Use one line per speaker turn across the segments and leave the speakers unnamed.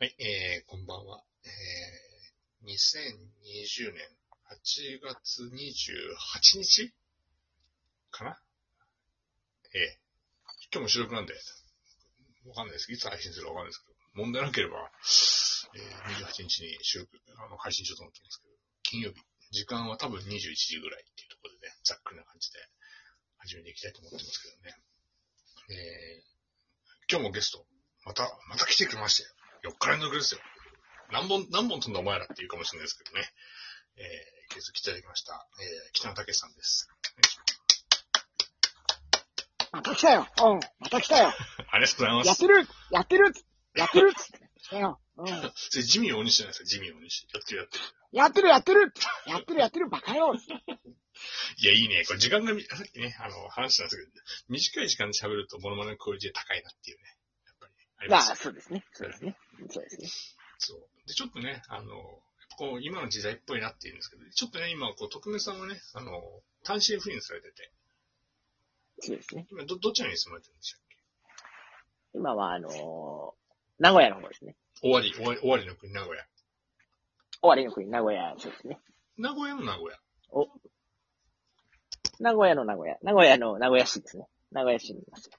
はい、えー、こんばんは。えー、2020年8月28日かなええ今日も収録なんで、わかんないです。いつ配信するかわかんないですけど、問題なければ、えー、28日に収録、あの、配信しようと思ってますけど、金曜日、時間は多分21時ぐらいっていうところでね、ざっくりな感じで始めていきたいと思ってますけどね。えー、今日もゲスト、また、また来てくれましたよ。4日連続ですよ。何本、何本飛んだお前らっていうかもしれないですけどね。えー、ゲスト来ていただきました。えー、北野武さんです。
また来たようんまた来たよ
ありがとうございま
やっ
す。
てるやってるやってるっつって来たようん
それジミー大西じゃないですか、ジミー大西。やってるやってる。
やってるやってるやってるやってるバカよ
いや、いいね。これ時間がみ、さっきね、あの、話したんですけど、短い時間で喋るとモノマネのクオリティが高いなっていうね。やっぱり、あり
ま
ま
あ、
すよ
そうですね。そうですね。そうですね。
そう。で、ちょっとね、あの、やっぱこう、今の時代っぽいなっていうんですけど、ちょっとね、今、こう、徳明さんはね、あの、単身赴任されてて、
そうですね。
今、ど、どちらに住まれてるんでしたっけ
今は、あのー名古屋の方ですね。
終わり、終わり、終わりの国、名古屋。
終わりの国、名古屋、そうですね。
名古屋の名古屋。
名古屋の名古屋。名古屋の名古屋市ですね。名古屋市にいます。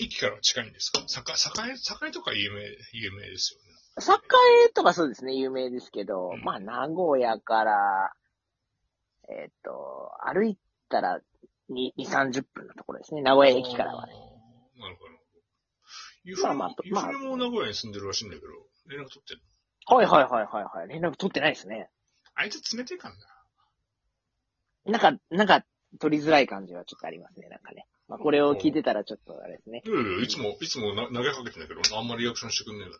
駅からは近いんですか栄、栄、栄とか有名、有名ですよね。
栄とかそうですね、有名ですけど、
うん
まあ、名古屋から、えっ、と、歩いたら2、2、30分のところですね。名古屋駅からはね。
あー。なるほど。ゆふ
ま
れ
あまあ
も、ゆ
まあ
ふれも名古屋に住んでるらしいんだけど、連絡取ってる
はいはいはいはいはい。連絡取ってないですね。
あいつ冷てえかんな。
なんか、なんか、取りづらい感じはちょっとありますね、なんかね。まあ、これを聞いてたらちょっとあれですね。
いやいや、いつも、いつもな投げかけてんだけど、あんまりリアクションしてくんねえんだ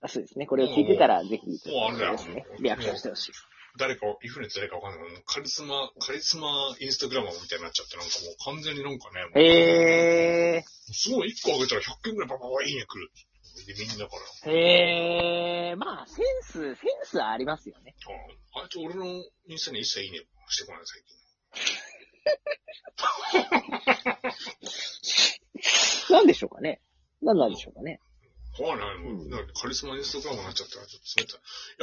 あそうですね。これを聞いてたら、ぜひ、
もうあれだよ
ですね。リアクションしてほしい。
誰か、イフレン誰かわかんないけど、もうカリスマ、カリスマインスタグラマーみたいになっちゃって、なんかもう完全になんかね、もう
へ
すごい1個あげたら100件ぐらいババババいいね来る。で、みんなから、
ー。へー。まあ、センス、センスはありますよね。
ああいつ俺のインスタに一切いいねしてこない最近。
なんでしょうかね。なんなんでしょうかね。
怖いな、もう。なんかカリスマインスタグラマーになっちゃったら、ちょっと冷た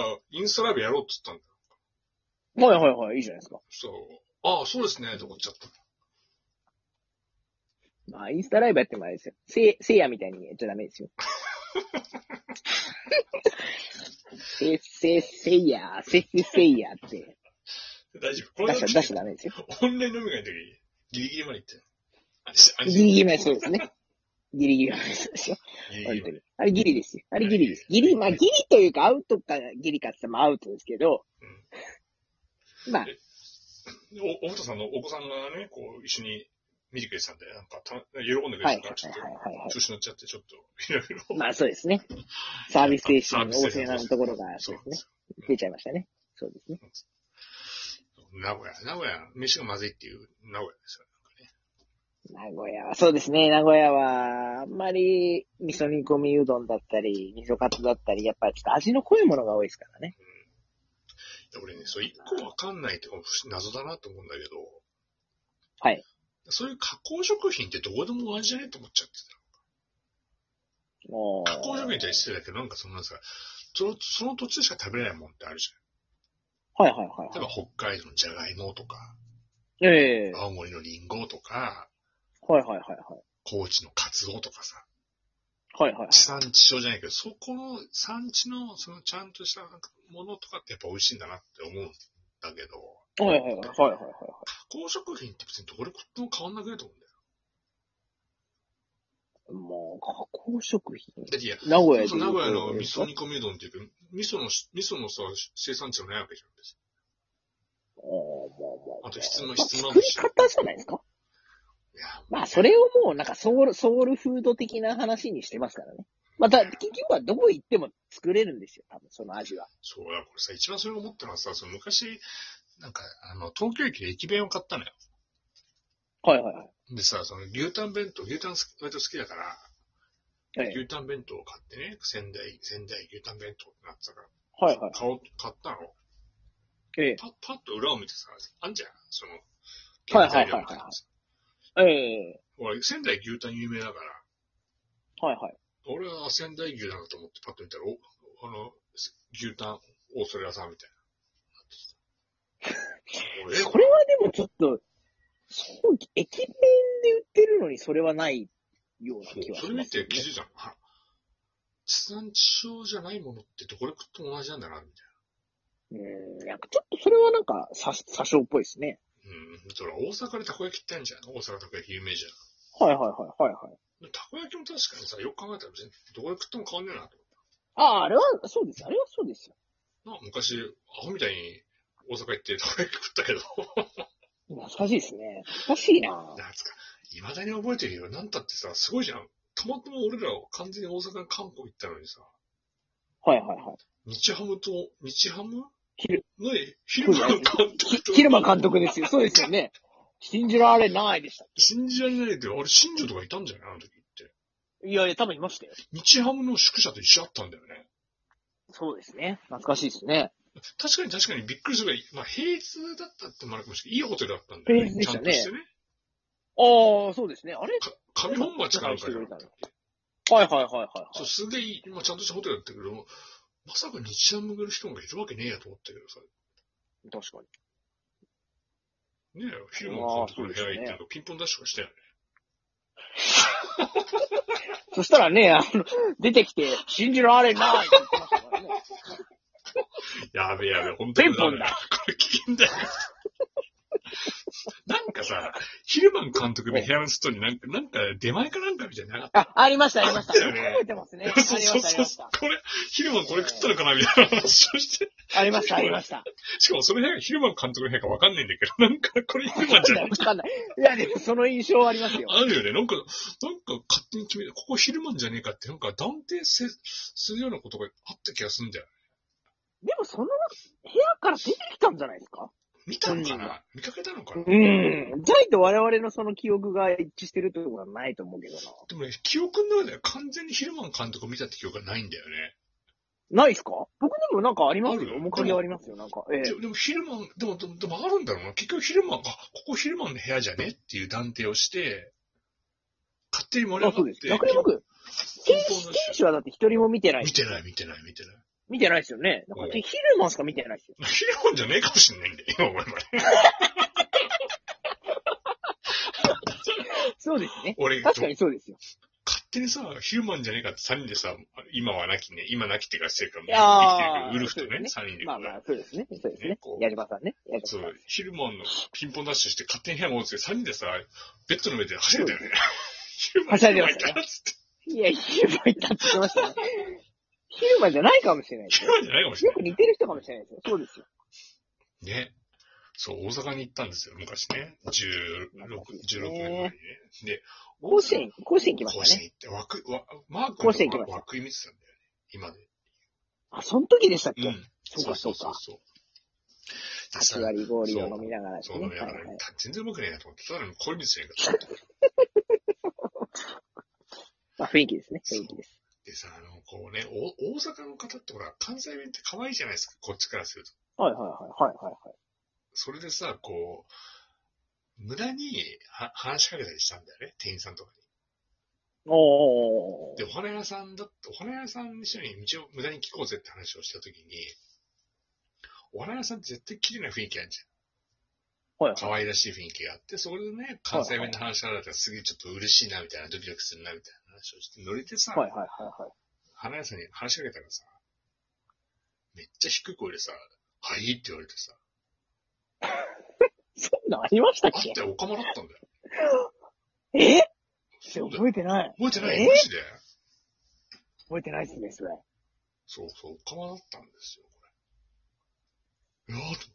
い。いや、インスタライブやろうって言ったんだよ。
はいはいはい、いいじゃないですか。
そう。ああ、そうですね、とか言っちゃった。
まあ、インスタライブやってもあれですよ。せい、せいやみたいにやっちゃダメですよ。せ、せ、せいや、せ、せいやって
大丈夫。こ
出
の
しちゃ、出しちゃダメですよ。
オンライン飲み会の時、ギリギリまで行って。あしあ
ギ
し
リギリまでそうですね。ギリギリまでそうですよ。
ギリギ
本
リ
当に。あれギリですよ。あれギリです。ギリ、まあギリというかアウトかギリかって言ってもアウトですけど、まあ、
お、おふたさんのお子さんがね、こう、一緒に見てくれてたんで、なんかた、喜んでくれ
はいはいは
て
い
たから、ちょっ
はいはい
と、。調子乗っちゃって、ちょっと、いろいろ。
まあそうですね。サービス精
サー
神
ビ
の
ス
旺
精
盛
神
なところが、
そ
そうう
なん
で
です
ね。出ちゃいましたね。そうですね。
名古屋、名古屋、飯がまずいっていう名古屋ですよね。
名古屋は、そうですね。名古屋は、あんまり、味噌煮込みうどんだったり、味噌カツだったり、やっぱりちょっと味の濃いものが多いですからね。
いや俺ね、そう、一個わかんないって、この謎だなと思うんだけど、
はい。
そういう加工食品ってどこでも同じじゃねえと思っちゃって
もう
た。加工食品って失礼だけど、なんかそのなんですか、その、その土地でしか食べれないもんってあるじ
はいはいはい
ゃん。例え
は
ば北海道のじゃがいもとか、
い。ええ
青森のりんごとか、
はいはいはいはい。
高知のカツオとかさ、
はいはいはい。
地産地消じゃないけど、そこの産地の、そのちゃんとしたなんかものとかってやっぱ美味しいんだなって思うんだけど、
はいはいはいはいはいはい。
加工食品って別にどれことも変わんなくねと思うんだよ。
もう、加工食品。
だっていや、
名古
そう
屋
そう名古屋の味噌
に。
煮込みうどんっていうけど、味噌の、味噌のさ、生産地はないわけじゃん。別
あーまあま
あとひつま
まあ
ひつま
作
ぶ
り
し
方じゃないですか
にいや、
まあ、それをもう、なんかソウル、ソウルフード的な話にしてますからね。まあ、だ、結局はどこ行っても作れるんですよ、多分、その味は。
そうだ、これさ、一番それを思ったのはさ、その昔、なんか、あの、東京駅で駅弁を買ったのよ。
はいはいはい。
でさ、その牛タン弁当、牛タンす割と好きだから、
ええ
牛タン弁当を買ってね、仙台、仙台牛タン弁当ってなってたから、
はいはい。
買おう買ったの。
え
パッ、パッと裏を見てさ、あんじゃん、その、
はいはいは
原材料
いはい
の話
ええ
俺、仙台牛タン有名だから、
はいはい。
俺は仙台牛だなと思ってパッと見たら、お、あの、牛タン、オーストラリア産みたいな。俺、え
それはでもちょっと、そう、駅弁で売ってるのにそれはないような気は
そ
し
れ
ま
見
すよ
て
ね。
気づいたの。あ地産地消じゃないものってどこで食っても同じなんだな、み
うん、なんかちょっとそれはなんか、さ、詐称っぽいですね。
たいな。うん。そら、大阪でたこ焼きってあるじゃん。大阪たこ焼き有名じゃん。
はいはいはいはいはい。
でたこ焼きも確かにさ、よく考えたら全然どこで食っても変わんねえなと
ああ、あれは、そうです。あれはそうですよ。
思った。な昔、アホみたいに大阪行ってたこ焼き食ったけど、
懐かしいですね。懐かしいな
なんつうか、未だに覚えてるよ。なんたってさ、すごいじゃん。たまたま俺らを完全に大阪に観光行ったのにさ、
はいはいはい。
日ハムと、日ハム
昼
の昼間の監督と、
昼間監督ですよ。そうですよね。信じられないでした。
信じられないけど、あれ、新庄とかいたんじゃないあの時って。
いやいや、多分いましたよ。
日ハムの宿舎と一緒だったんだよね。
そうですね。懐かしいですね。
確かに確かにびっくりするぐらい、まあ、平通だったってもあるかもしれない。いいホテルだったんだよね。
平日で
ち
し
ゃ
た
んと
ね
してね。
ああ、そうですね。あれ
か上本町かなんかじゃなかったっけ
はいはいはいはいはい。
そう、すげえいい、まあ、ちゃんとしたホテルだったけど、まさか日ハムの人がいるわけねえやと思ったけどさ、
確かに。
ねえ、昼も監督の部屋行ってなんかピンポンダッシュとかしたよね。
そしたらね、あの、出てきて、信じられないって言ってましたからね。
やべえやべえ、本当
ピ
に
ンポン
べえ
だ。
これ危険だよ。なんかさ、ヒルマン監督の部屋の外になんか、なんか出前かなんかみたいなのなかっ
あ、ありました、ありました。
あったよね
覚えてますね。あり
た。
ました、ありました。
これ、ヒルマンこれ食ったのかなみたいな話をして。
ありました、ありました。
しかもその部屋がヒルマン監督の部屋かわかんないんだけど、なんかこれヒルマンじゃない
わ かんない。いや、でもその印象はありますよ。
あるよね。なんか、なんか勝手に決めて、ここヒルマンじゃねえかって、なんか断定せするようなことがあった気がするんだよ。
でもその部屋から出てきたんじゃないですか
見たのか
本人
な
が
見かけたのかな
うん。じゃないと我々のその記憶が一致してるってことはないと思うけど
でもね、記憶の中では完全にヒルマン監督を見たって記憶がないんだよね。
な。ないですか僕でもなんかあります
ある
よ。
よ
面影はありますよ。なんか、ええ
ででもヒルマン、でも、でもでもあるんだろうな。結局ヒルマン、あ、ここヒルマンの部屋じゃねっていう断定をして、勝手に盛り
あ、
上が
そ
っ
う
て
です。、逆に僕、
ピ
選
ンポン
手、
ダッ
選
シュ
手はだって一人も見てない
見。てない見てない見てない。
見てないですよね。なんか、ヒルマンしか見てないですよ。
ヒルマンじゃねえかもしんないんだよ、今思えばね。
そうですね。
俺、
確かにそうですよ。
勝手にさ、ヒルマンじゃねえかって3人でさ、今は亡きね、今亡きっていうか、正解も
いや
生き
ー
てるけど、ウルフとね、
そ
3人でこ
まあ
う
まあ、そうですね。そうです
ね
ね
こ。う
矢島さんね。矢
そ
島さ。、
うんヒルマンのピンポンダッシュして勝手に部屋戻って3人でさ、ベッドの上で走れたよね。ヒルマン
はしゃいでました
ヒル
ね
マンいたっつって
いや、ヒルマン行ったって言ってましたね。ヒルマンじゃないかもしれないで
ヒ
す
ル
よ。
マンじゃないかもしれ
よ
な
く似てる人かもしれないですよ。そうですよ。
い。ね。そう、大阪に行ったんですよ、昔ね。16、16年前にね。で、
甲子園、甲子園来ま
甲
した
子園
ね。
行って、枠、わマーク
甲子園行きました
枠井見てたんだよね、今で。
あ、その時でしたっけ、
うん。
そうか、そうか。
そう。で
8
さ
割ゴールを飲みながらです
そう
ね。
飲
は
み
い
な
は
が
い
ら、全然うまくねえなと思って、ただの氷水じゃねえかと思って。
まあ、雰囲気ですね。雰囲気です。
でさ、あの、こうね、お大阪の方ってほら、関西弁って可愛いじゃないですか、こっちからすると。
はいはいはいはいはいはい。
それでさ、こう、無駄には話しかけたりしたんだよね、店員さんとか
おー
に。で、お花屋さんだって、お花屋さんの人に道を無駄に聞こうぜって話をしたときに、お花屋さんって絶対綺麗な雰囲気あるじゃん。
はいはい。
可愛らしい雰囲気があって、それでね、関西弁の話されたらすげえちょっと嬉しいな、みたいな、ドキドキするな、みたいな話をして、乗れてさ、
はいはいはいはい。
花屋さんに話しかけたらさ、めっちゃ低い声でさ、はいって言われてさ、
そんなんありましたっ
あって
け
おかまだったんだよ。
え
そうだよ。
覚えてない。
覚えてない
え
マジで。
覚えてないですね、それ。
そうそう、おかまだったんですよ、これ。いやーと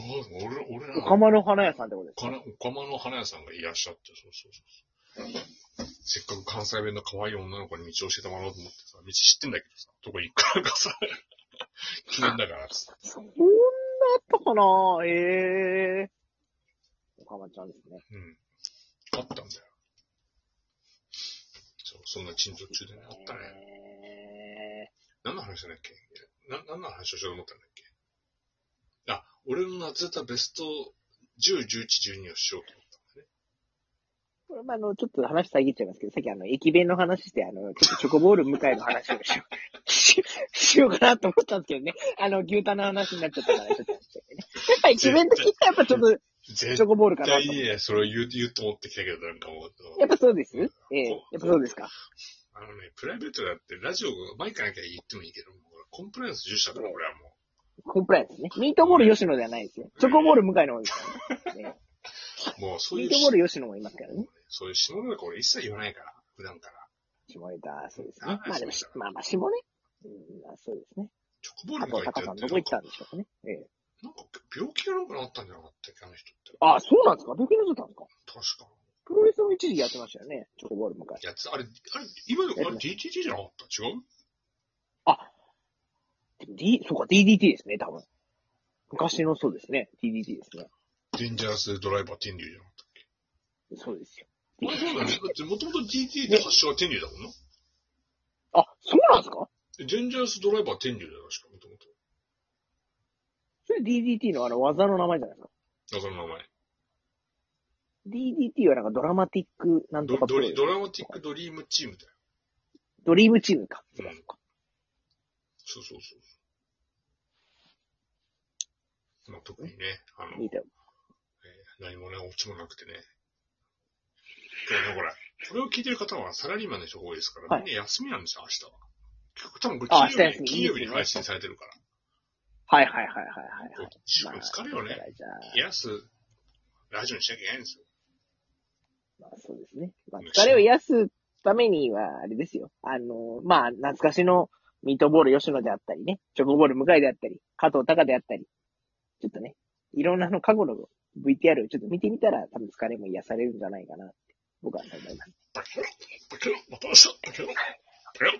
思って。ああ、でも俺ら、俺ら
おかまの花屋さんってことで
お
すか
金おかまの花屋さんがいらっしゃって、そうそうそうそう。せっかく関西弁の可愛い女の子に道を教えてもらおうと思ってさ、道知ってんだけどさ、どこ行くかなんかさ、 記念だからっつって。
そんなあったかなええー。おかまちゃんですね。
うん。あったんだよ。そう、そんな沈黙中でね、あったね。
ね。
何の話だっけな何の話をしようと思ったんだっけあ、俺の夏歌ベスト10、11、12をしようと思ったんだね。
これ、まあ、あの、ちょっと話遮っちゃいますけど、さっきあの、駅弁の話して、あの、ちょっとチョコボール向かいの話をしよう、し しようかなと思ったんですけどね。あの、牛タンの話になっちゃったから、ちょっと、ね。やっぱ駅弁と聞いたら、やっぱちょっと、チ
絶
ョコボールかなと
対にね、それを言う、言うと思ってきたけど、なんかもう、
やっぱそうですええやっぱそうですか。
あのね、プライベートだって、ラジオが前からなきゃ言ってもいいけど、もうコンプライアンス重視だから、俺はも
コンプライアンスね。ミートボール吉野ではないですよ。チョコボール向かいの方ですからね。え
う、
え
もう そうい
ミ
う
ートボール吉野もいますからね。
そういう下ネタ俺一切言わないから、普段から。
下ネタ、そうですね
あ。
まあでもし、まあまあ、下ね。うん、まあそうですね。
チョコボー
あ
ル
と、
とか
高
言
さ
っ
ん
て
ど
る
こ行っ
け
た
ど
んでしょうかね。ええ。
なんか病気がなんかなったんじゃなかったっけ、あの人って。
あ、そうなんですかどこに乗ったんですか
確か。
プロレスも一時期やってましたよね。チョコボール向かい。
やつ、あれ、あれ、今の、あれ DTT じゃなかった違う
D、そうか、DDT ですね、多分。昔のそうですね。DDT ですね。
デンジャースドライバー天竜じゃなかったっけ
そうです よ。
あれそうだよね。だって、もともと DT で発祥は天竜だもんな。
あ、そうなんですか
デンジャースドライバー天竜だよ、確か、もともと。
それ DDT のあの技の名前じゃないですか。
謎の名前。
DDT はなんかドラマティックなんと
ド
か
ド
プロレ
リ
ス
ドラマティックドリームチームだよ。
ドリームチームか。
うん
そうかそうか
そうそうそう。まあ、特にね、あの、
見
え
たよ
ー何もね、オチもなくてね。でもね、ほら、これを聞いてる方はサラリーマンの人が多いですから、
はい
みんな休みなんですよ、明日は。結構多分これ
あ
金曜
明
日
日休み
に、金曜日に配信されてるから。
はいはいはいはいはいはい。
一週間疲れよ
まあだ
ね
か。らじゃあ
冷やす、ラジオにしなきゃいけないんですよ。
まあそうですね。まあ、疲れを癒すためには、あれですよ。あの、まあ、懐かしのミートボール吉野であったりね、チョコボール向井であったり、加藤隆であったり、ちょっとね、いろんなあの過去の VTR をちょっと見てみたら、多分疲れも癒されるんじゃないかなって、僕は思います。
バケロバケロまた明日バケロ